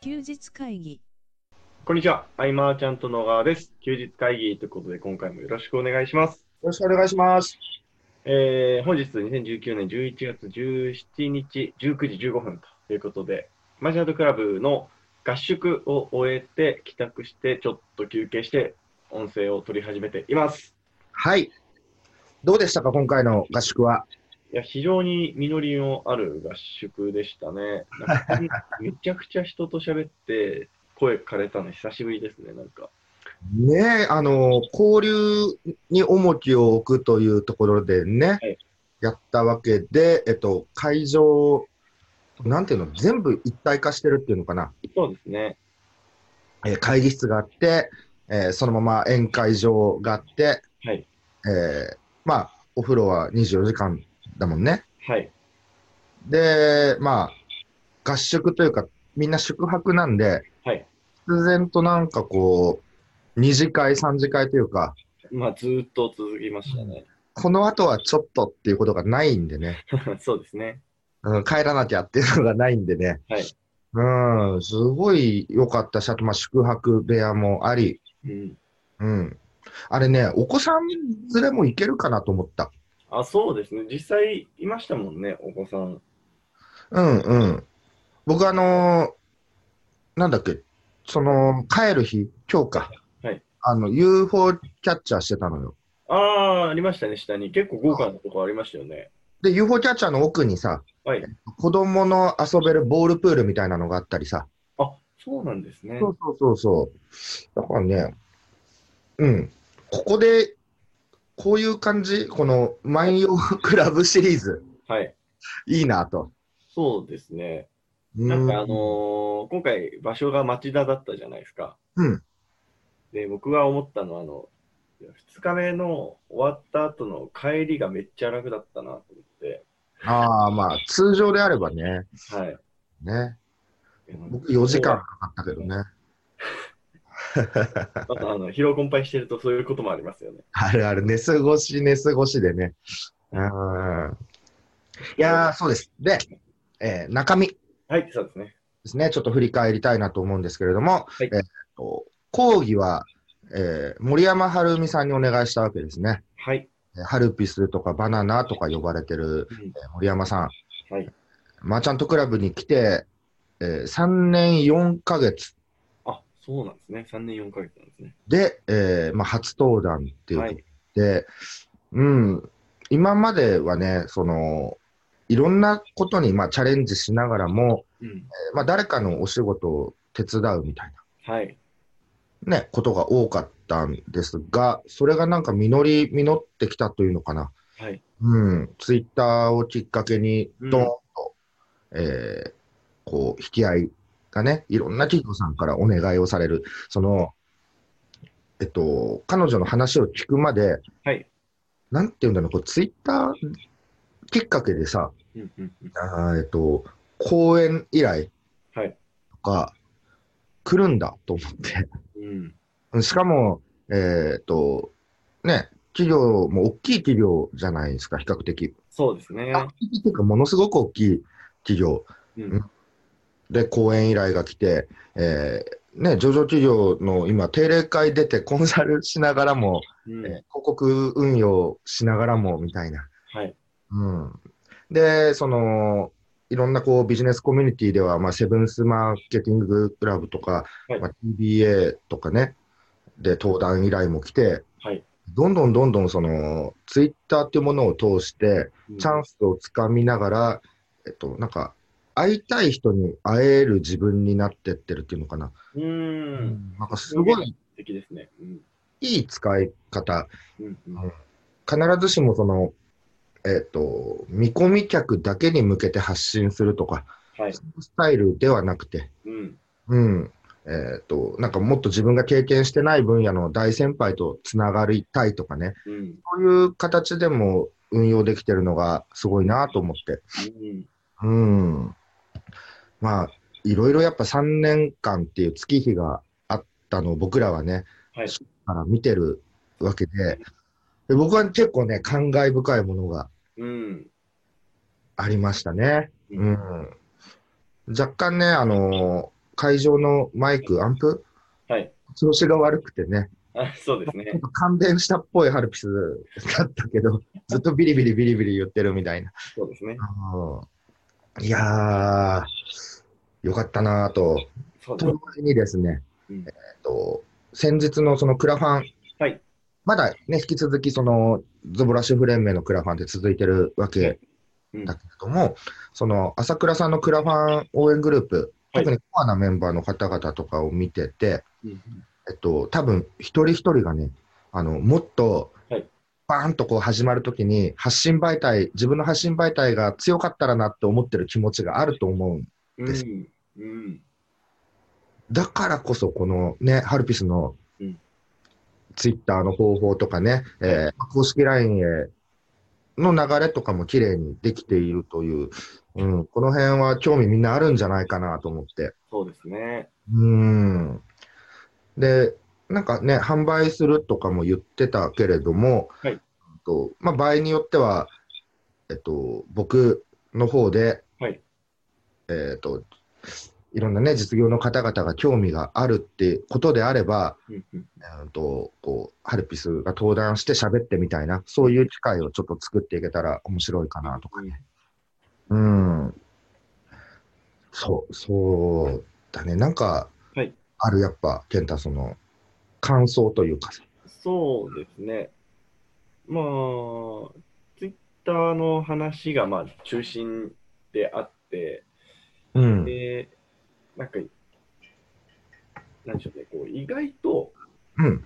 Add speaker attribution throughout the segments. Speaker 1: 休日会議
Speaker 2: こんにちは。アイマーちゃんと野川です。休日会議ということで、今回もよろしくお願いします。
Speaker 3: よろしくお願いします。
Speaker 2: えー本日、2019年11月17日、19時15分ということで、マジャードクラブの合宿を終えて、帰宅して、ちょっと休憩して、音声を取り始めています。
Speaker 3: はい。どうでしたか、今回の合宿は。
Speaker 2: いや、非常に実りのある合宿でしたね。なんかめちゃくちゃ人と喋って、声枯れたの久しぶりですね、なんか。
Speaker 3: ねえ、あの、交流に重きを置くというところでね、
Speaker 2: はい
Speaker 3: やったわけで、えっと、会場、なんていうの、全部一体化してるっていうのかな。
Speaker 2: そうですね。
Speaker 3: えー会議室があって、えーそのまま宴会場があって、
Speaker 2: はい
Speaker 3: えーまあ、お風呂は24時間だもんね。
Speaker 2: はい。
Speaker 3: で、まあ、合宿というか、みんな宿泊なんで、
Speaker 2: はい。
Speaker 3: 必然となんかこう、二次会、三次会というか、
Speaker 2: まあ、ずーっと続きましたね。
Speaker 3: この後はちょっとっていうことがないんでね、
Speaker 2: そうですね。
Speaker 3: うん、帰らなきゃっていうのがないんでね、
Speaker 2: はい
Speaker 3: うん、すごい良かったし、あとまあ宿泊部屋もあり、
Speaker 2: うん。
Speaker 3: うん。あれね、お子さん連れも行けるかなと思った。
Speaker 2: あ、そうですね。実際いましたもんね、お子さん。
Speaker 3: うんうん。僕あのーなんだっけ、その、帰る日、今日か。
Speaker 2: はい。
Speaker 3: あの、UFO キャッチャーしてたのよ。
Speaker 2: ああ、ありましたね、下に。結構豪華なとこありましたよね。
Speaker 3: で、UFO キャッチャーの奥にさ、
Speaker 2: はい
Speaker 3: 子供の遊べるボールプールみたいなのがあったりさ。
Speaker 2: あ、そうなんですね。
Speaker 3: そうそうそうそう。だからね、うん。ここで、こういう感じ、この万葉クラブシリーズ、
Speaker 2: はい。
Speaker 3: いいなと。
Speaker 2: そうですね。
Speaker 3: う
Speaker 2: なんかあのー今回場所が町田だったじゃないですか。
Speaker 3: うん。
Speaker 2: で、僕が思ったのは、あの、2日目の終わった後の帰りがめっちゃ楽だったなと思って。
Speaker 3: ああ、まあ、通常であればね、
Speaker 2: はい。
Speaker 3: ね。僕4時間。かかったけどね。
Speaker 2: あとあの、疲労困憊してるとそういうこともありますよね。
Speaker 3: あるある、寝過ごし、寝過ごしでね。うん。いやー、そうです。で、えー中身。
Speaker 2: はい、そうですね。
Speaker 3: ですね、ちょっと振り返りたいなと思うんですけれども、
Speaker 2: はい
Speaker 3: えっと講義は、えー森山晴美さんにお願いしたわけですね。
Speaker 2: はい。
Speaker 3: えーハルピスとかバナナとか呼ばれてる
Speaker 2: うん
Speaker 3: えー森山さん。
Speaker 2: はい。
Speaker 3: マーチャントクラブに来て、えー3年4ヶ月
Speaker 2: あ、そうなんですね。3年4ヶ月なんですね。
Speaker 3: で、えーまあ、初登壇っていう
Speaker 2: は
Speaker 3: こと
Speaker 2: い。
Speaker 3: で、うん、今まではね、その、いろんなことに、まあ、チャレンジしながらも、
Speaker 2: うん。
Speaker 3: えーまあ、誰かのお仕事を手伝うみたいな。
Speaker 2: はい。
Speaker 3: ね、ことが多かったんですが、それがなんか実り、実ってきたというのかな。
Speaker 2: はい。
Speaker 3: うん。ツイッターをきっかけに、
Speaker 2: う
Speaker 3: ド
Speaker 2: ん
Speaker 3: ーンと、えーこう、引き合いがね、いろんな企業さんからお願いをされる。その、えっと、彼女の話を聞くまで、
Speaker 2: はい。
Speaker 3: なんていうんだろう、こうツイッターきっかけでさ、
Speaker 2: うんうんうん。
Speaker 3: あーえっと、講演依頼
Speaker 2: はい。
Speaker 3: とか、来るんだと思って。
Speaker 2: うん。
Speaker 3: しかも、えっ、と、ね、企業も大きい企業じゃないですか、比較的。
Speaker 2: そうですね。
Speaker 3: あ大きいっていうか、ものすごく大きい企業
Speaker 2: うん。
Speaker 3: で講演依頼が来て、えーね、上場企業の今、定例会出てコンサルしながらも、
Speaker 2: う
Speaker 3: え
Speaker 2: ん
Speaker 3: ー広告運用しながらも、みたいな。
Speaker 2: はい。
Speaker 3: うん。で、その、いろんなこうビジネスコミュニティでは、まあ、セブンスマーケティングクラブとか、
Speaker 2: はい
Speaker 3: まあ、TBA とかね、で、登壇依頼も来て、
Speaker 2: はい。
Speaker 3: どんどんどんどんその、ツイッターっていうものを通して、
Speaker 2: うん
Speaker 3: チャンスをつかみながら、えっと、なんか、会いたい人に会える自分になってってるっていうのかな。
Speaker 2: うーん。
Speaker 3: なんかすごい
Speaker 2: 素敵ですね。うん。
Speaker 3: いい使い方。
Speaker 2: うんうん
Speaker 3: はい必ずしもその、えっと、見込み客だけに向けて発信するとか、
Speaker 2: はい。
Speaker 3: スタイルではなくて、
Speaker 2: うん。
Speaker 3: うん。えっ、と、なんかもっと自分が経験してない分野の大先輩とつながりたいとかね、
Speaker 2: うん。
Speaker 3: そういう形でも運用できてるのがすごいなと思って。
Speaker 2: うん。
Speaker 3: うん。まあ、いろいろやっぱ3年間っていう月日があったのを僕らはね、
Speaker 2: はい
Speaker 3: 初期から見てるわけでで、僕は結構ね、感慨深いものが
Speaker 2: うん。
Speaker 3: ありましたね。
Speaker 2: う。
Speaker 3: うんん若干ね、あのー会場のマイク、アンプ、
Speaker 2: はい。
Speaker 3: 調子が悪くてね、
Speaker 2: あそうです
Speaker 3: ちょっ
Speaker 2: ね。
Speaker 3: と感電したっぽいハルピスだった けど、ずっとビリビリビリビリ言ってるみたいな。
Speaker 2: そうですね。
Speaker 3: うんいやー、よかったなぁと。
Speaker 2: そうです
Speaker 3: と
Speaker 2: ね。
Speaker 3: 同時にですね、
Speaker 2: うん
Speaker 3: えっと、先日のそのクラファン、
Speaker 2: はい
Speaker 3: まだね、引き続きそのズボラ主婦連盟のクラファンって続いてるわけ
Speaker 2: うん
Speaker 3: だけども、その朝倉さんのクラファン応援グループ、
Speaker 2: はい
Speaker 3: 特にコアなメンバーの方々とかを見てて、
Speaker 2: うん
Speaker 3: えっと、多分一人一人がね、あのもっと、
Speaker 2: はい
Speaker 3: バーンとこう始まるときに、発信媒体、自分の発信媒体が強かったらなって思ってる気持ちがあると思うんです
Speaker 2: うん。うん。
Speaker 3: だからこそ、このね、ハルピスの
Speaker 2: うん
Speaker 3: ツイッターの方法とかね、えー公式 LINE への流れとかも綺麗にできているという、うん、この辺は興味みんなあるんじゃないかなと思って。
Speaker 2: そうですね。
Speaker 3: うん。で、なんかね、販売するとかも言ってたけれども、
Speaker 2: はい
Speaker 3: とまあ、場合によっては、えっと、僕の方で、
Speaker 2: はい
Speaker 3: えっと、いろんなね、実業の方々が興味があるってことであれば、
Speaker 2: うんうん
Speaker 3: うんとこうハルピスが登壇して喋ってみたいな、そういう機会をちょっと作っていけたら面白いかなとかね。うん。そう、そうだね。なんか、
Speaker 2: はい
Speaker 3: あるやっぱ、健太、その、感想というかさ。
Speaker 2: そうですね。まあ、ツイッターの話がまあ中心であって、
Speaker 3: うん。
Speaker 2: で、なんか、なんでしょうね、こう意外と、
Speaker 3: うん。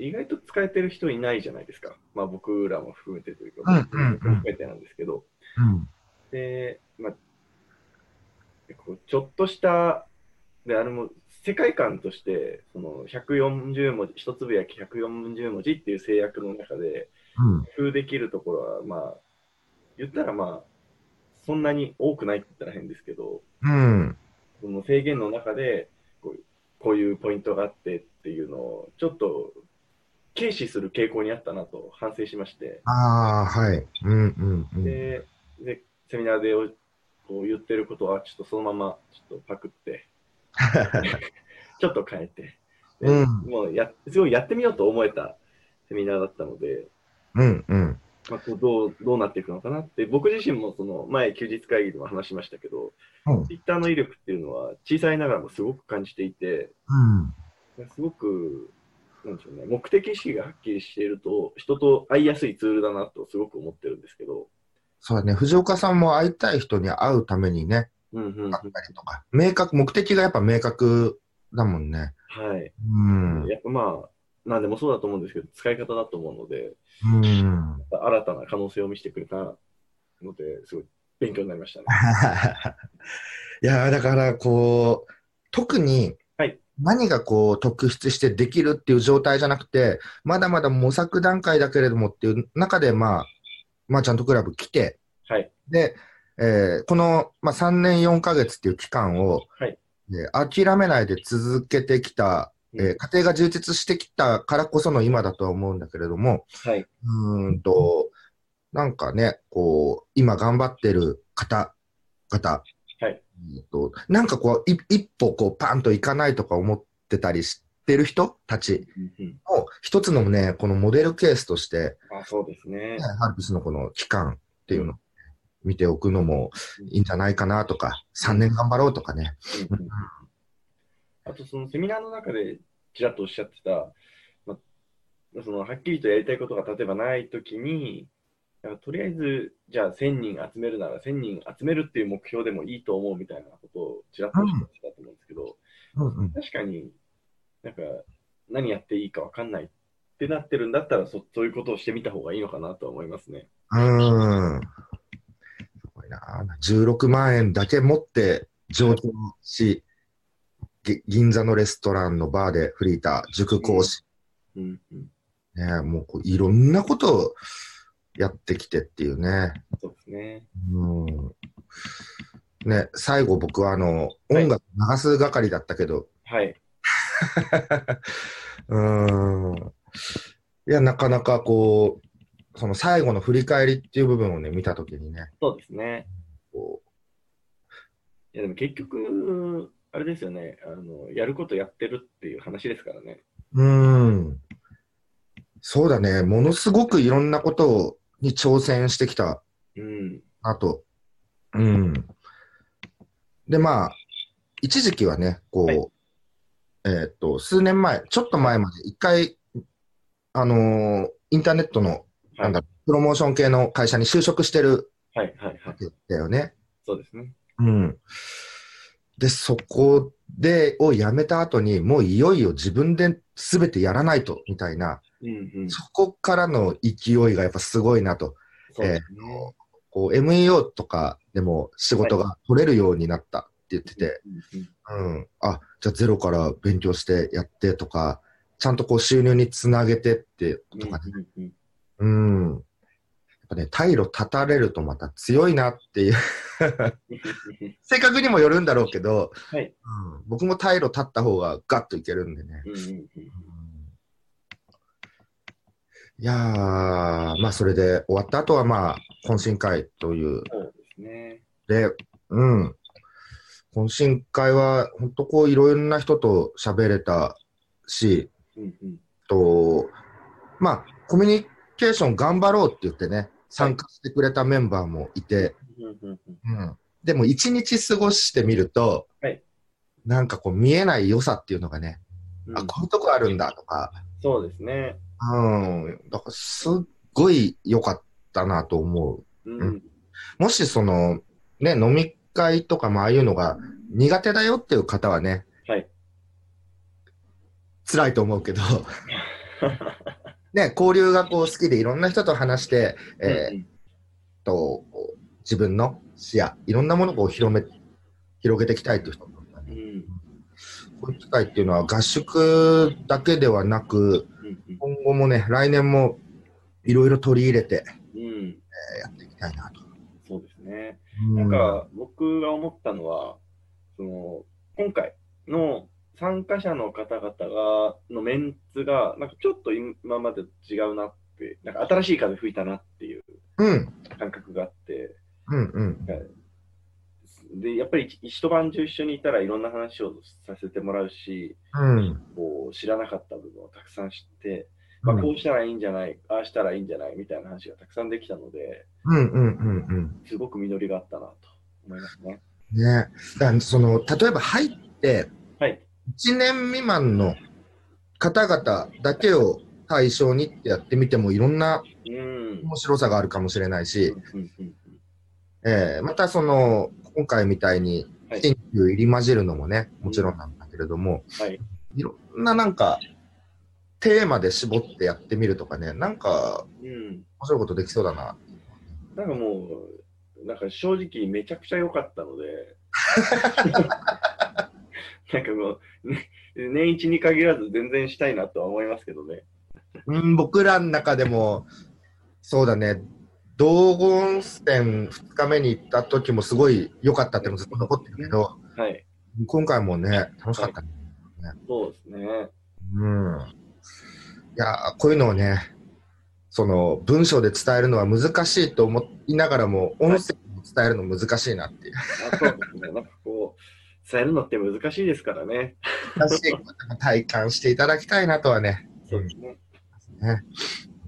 Speaker 2: 意外と使えてる人いないじゃないですか。まあ僕らも含めてという
Speaker 3: うん
Speaker 2: か、僕
Speaker 3: うんうん
Speaker 2: も含めてなんですけど。
Speaker 3: うん。
Speaker 2: で、まあ、こうちょっとした、で、あれも世界観として、その140文字、一つぶやき140文字っていう制約の中で、
Speaker 3: うん。
Speaker 2: 工夫できるところは、まあ、言ったらまあ、そんなに多くないって言ったら変ですけど、
Speaker 3: うん。
Speaker 2: その制限の中でこう、こういうポイントがあってっていうのを、ちょっと軽視する傾向にあったなと反省しまして、
Speaker 3: ああ、はい。うんうんうん。
Speaker 2: で、でセミナーでおこう言ってることは、ちょっとそのままちょっとパクって、ちょっと変えて、で
Speaker 3: うん
Speaker 2: もうやすごいやってみようと思えたセミナーだったので、
Speaker 3: うんうん。
Speaker 2: まあ、こうどうどうなっていくのかなって、僕自身もその前、休日会議でも話しましたけど、
Speaker 3: うん
Speaker 2: ツイッターの威力っていうのは、小さいながらもすごく感じていて、
Speaker 3: うん。
Speaker 2: すごく、なんでしょうね、目的意識がはっきりしていると、人と会いやすいツールだなとすごく思ってるんですけど、
Speaker 3: そうだね。藤岡さんも会いたい人に会うためにね、
Speaker 2: うんうんうん
Speaker 3: あったりとか、明確、目的がやっぱ明確だもんね。
Speaker 2: はい。
Speaker 3: うん。うん。
Speaker 2: やっぱまあ、なんでもそうだと思うんですけど、使い方だと思うので、
Speaker 3: うん、
Speaker 2: 新たな可能性を見せてくれたので、すごい勉強になりま したね。
Speaker 3: いやーだからこう、特に
Speaker 2: はい
Speaker 3: 何がこう特筆してできるっていう状態じゃなくて、まだまだ模索段階だけれどもっていう中で、まあ、まあちゃんとクラブ来て、
Speaker 2: はい。
Speaker 3: で、えーこの、まあ、3年4ヶ月っていう期間を、
Speaker 2: はい
Speaker 3: ね諦めないで続けてきた、えー
Speaker 2: うん
Speaker 3: 家庭が充実してきたからこその今だとは思うんだけれども、
Speaker 2: はい。
Speaker 3: うーんと、なんかね、こう、今頑張ってる方々、
Speaker 2: はい
Speaker 3: えっと、なんかこう、い一歩こうパンといかないとか思ってたりしてる人たち
Speaker 2: うん
Speaker 3: を、一つのね、このモデルケースとして、
Speaker 2: うんあそうですね
Speaker 3: ね。ハルピスのこの期間っていうのを見ておくのもいいんじゃないかなとか、3年頑張ろうとかね。
Speaker 2: うんうんあと、そのセミナーの中でちらっとおっしゃってた、まあ、そのはっきりとやりたいことが例えばないときに、だからとりあえず、じゃあ1000人集めるなら1000人集めるっていう目標でもいいと思うみたいなことをちらっとおっしゃってたと思うんですけど、
Speaker 3: うんうん、
Speaker 2: 確かに、なんか、何やっていいかわかんないってなってるんだったらそ、そういうことをしてみた方がいいのかなとは思いますね。
Speaker 3: うん。すごいな。16万円だけ持って上京し、ぎ銀座のレストランのバーでフリーター、塾講師、
Speaker 2: うん、うん。
Speaker 3: ね、もうこういろんなことをやってきてっていうね。
Speaker 2: そうですね。
Speaker 3: うん。ね、最後僕はあの、
Speaker 2: はい
Speaker 3: 音楽流す係だったけど、
Speaker 2: はい。
Speaker 3: うーん。いや、なかなかこう、その最後の振り返りっていう部分をね、見たときにね、
Speaker 2: そうですね。
Speaker 3: こ
Speaker 2: いや、でも結局、あれですよねあの、やることやってるっていう話ですからね。
Speaker 3: うん。そうだね。ものすごくいろんなことをに挑戦してきた
Speaker 2: うん。
Speaker 3: なと。うん。で、まあ、一時期はね、こう、
Speaker 2: はい
Speaker 3: えーっと、数年前、ちょっと前まで一回、あのーインターネットの、なんだろうプロモーション系の会社に就職してる
Speaker 2: はいはいは
Speaker 3: わ
Speaker 2: い。
Speaker 3: けだよね。
Speaker 2: そうですね。
Speaker 3: うん。で、そこで、を辞めた後に、もういよいよ自分で全てやらないと、みたいな、
Speaker 2: うんうん。
Speaker 3: そこからの勢いがやっぱすごいなと。
Speaker 2: そうですね。
Speaker 3: こう、MEO とかでも仕事が取れるようになったって言ってて、
Speaker 2: うんうん
Speaker 3: うん。あ、じゃあゼロから勉強してやってとか、ちゃんとこう収入につなげてって
Speaker 2: うん
Speaker 3: とかね。
Speaker 2: うんうん
Speaker 3: うん。やっぱね、退路立たれるとまた強いなっ ていう、性格にもよるんだろうけど、
Speaker 2: はい
Speaker 3: うん、僕も退路立った方がガッといけるんでね。
Speaker 2: うんうんうん
Speaker 3: いやー、まあそれで終わった後はまあ、懇親会という
Speaker 2: そうですね。
Speaker 3: で、うん。懇親会は、本当こう、いろんな人と喋れたし、
Speaker 2: うんうん。
Speaker 3: と、まあ、コミュニケーション頑張ろうって言ってね、参加してくれたメンバーもいて、
Speaker 2: うんうんうん
Speaker 3: うん。でも、一日過ごしてみると、
Speaker 2: はい
Speaker 3: なんかこう、見えない良さっていうのがね、
Speaker 2: う
Speaker 3: あ、
Speaker 2: ん
Speaker 3: こういうとこあるんだとか、
Speaker 2: そうですね。
Speaker 3: うん。だから、すっごい良かったなと思う。
Speaker 2: うん。
Speaker 3: うんもしその、ね、飲み会とかもああいうのが苦手だよっていう方はね、
Speaker 2: はい。
Speaker 3: 辛いと思うけど、ね、交流がこう好きでいろんな人と話して、えー
Speaker 2: う
Speaker 3: っ
Speaker 2: ん
Speaker 3: と、こう自分の視野、いろんなものをこう広め、広げていきたいっていう人もいた
Speaker 2: う
Speaker 3: ね。
Speaker 2: んうん
Speaker 3: こういう機会っていうのは合宿だけではなく、
Speaker 2: うん
Speaker 3: 今後もね、来年もいろいろ取り入れて
Speaker 2: うんうん。
Speaker 3: えーやっていきたいなと。
Speaker 2: そうですね。なんか僕が思ったのは、その今回の参加者の方々がのメンツが、なんかちょっと今までと違うなって、なんか新しい風吹いたなっていう
Speaker 3: うん、うん、
Speaker 2: 感覚があって、
Speaker 3: うん、うん。
Speaker 2: でやっぱり一一晩中一緒にいたらいろんな話をさせてもらうし、
Speaker 3: うん
Speaker 2: こう知らなかった部分をたくさん知って、まあ、こうしたらいいんじゃない、ああしたらいいんじゃないみたいな話がたくさんできたので、
Speaker 3: うん、うん、うん、うん。
Speaker 2: すごく実りがあったなと思いますね。
Speaker 3: ね、だからその例えば入って
Speaker 2: はい。
Speaker 3: 1年未満の方々だけを対象にってやってみてもいろんな
Speaker 2: うん。
Speaker 3: 面白さがあるかもしれないし、
Speaker 2: うんうんうん
Speaker 3: えーまたその今回みたいに
Speaker 2: はい
Speaker 3: 新旧入り混じるのもねもちろんなんだけれども、
Speaker 2: はい
Speaker 3: いろんななんかテーマで絞ってやってみるとかねなんか
Speaker 2: うん、
Speaker 3: 面白いことできそうだな。
Speaker 2: なんかもう、なんか正直めちゃくちゃ良かったので、なんかもう、ね年一に限らず全然したいなとは思いますけどね。
Speaker 3: うん、僕らの中でも、そうだね、道後温泉2日目に行った時もすごい良かったってのずっと残ってるけど、
Speaker 2: はい、
Speaker 3: 今回もね、楽しかったね。
Speaker 2: そうですね。
Speaker 3: うん。いやー、こういうのをね、その文章で伝えるのは難しいと思いながらも、音声でも伝えるの難しいなっていう。
Speaker 2: あそうですね。なんかこう、伝えるのって難しいですからね。
Speaker 3: 難しいことも体感していただきたいなとはね。
Speaker 2: そうですね。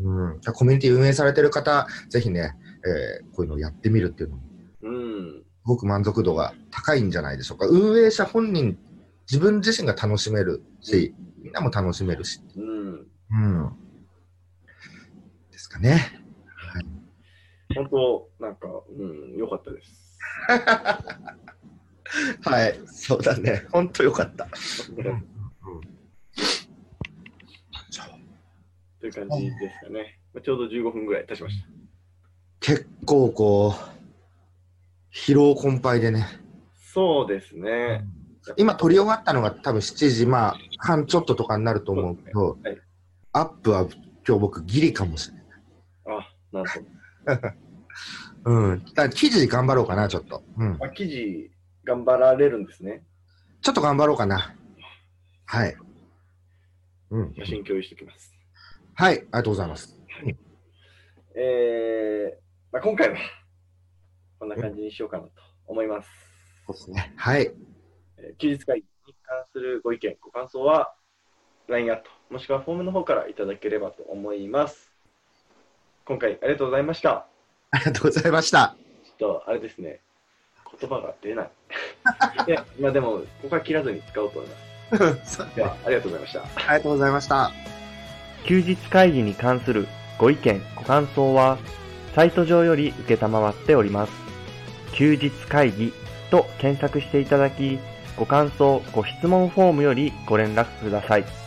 Speaker 3: うん。コミュニティ運営されてる方、ぜひね、えーこういうのをやってみるっていうのも
Speaker 2: うん、
Speaker 3: すごく満足度が高いんじゃないでしょうか。運営者本人、自分自身が楽しめるし、みんなも楽しめるし。
Speaker 2: うん。
Speaker 3: うん。ですかね。
Speaker 2: 本当、なんか、うん、良かったです。
Speaker 3: はい、そうだね。ほんとよかった。
Speaker 2: という感じですかね。まあちょうど15分ぐらい経ちました。
Speaker 3: 結構こう、疲労困憊でね。
Speaker 2: そうですね。
Speaker 3: 今撮り終わったのが多分7時、まあ、半ちょっととかになると思うけど
Speaker 2: そう、ですね
Speaker 3: アップは今日僕ギリかもしれない。
Speaker 2: あ、な るほど。
Speaker 3: うん。だから記事頑張ろうかな、ちょっと。うん。
Speaker 2: あ記事頑張られるんですね。
Speaker 3: ちょっと頑張ろうかな。はい。うん。
Speaker 2: 写真共有しておきます。
Speaker 3: はい、ありがとうございます。
Speaker 2: えーまあ、今回はこんな感じにしようかなと思います。
Speaker 3: そうですね。はい。
Speaker 2: えー休日会議に関するご意見、ご感想は LINE アット、もしくはフォームの方からいただければと思います。今回ありがとうございました。
Speaker 3: ありがとうございました。
Speaker 2: ちょっとあれですね、言葉が出ない。 いやまあでも、ここは切らずに使おうと思います。では、ありがとうございました。
Speaker 3: ありがとうございました。
Speaker 1: 休日会議に関するご意見、ご感想は、サイト上より受けたまわっております。休日会議と検索していただき、ご感想、ご質問フォームよりご連絡ください。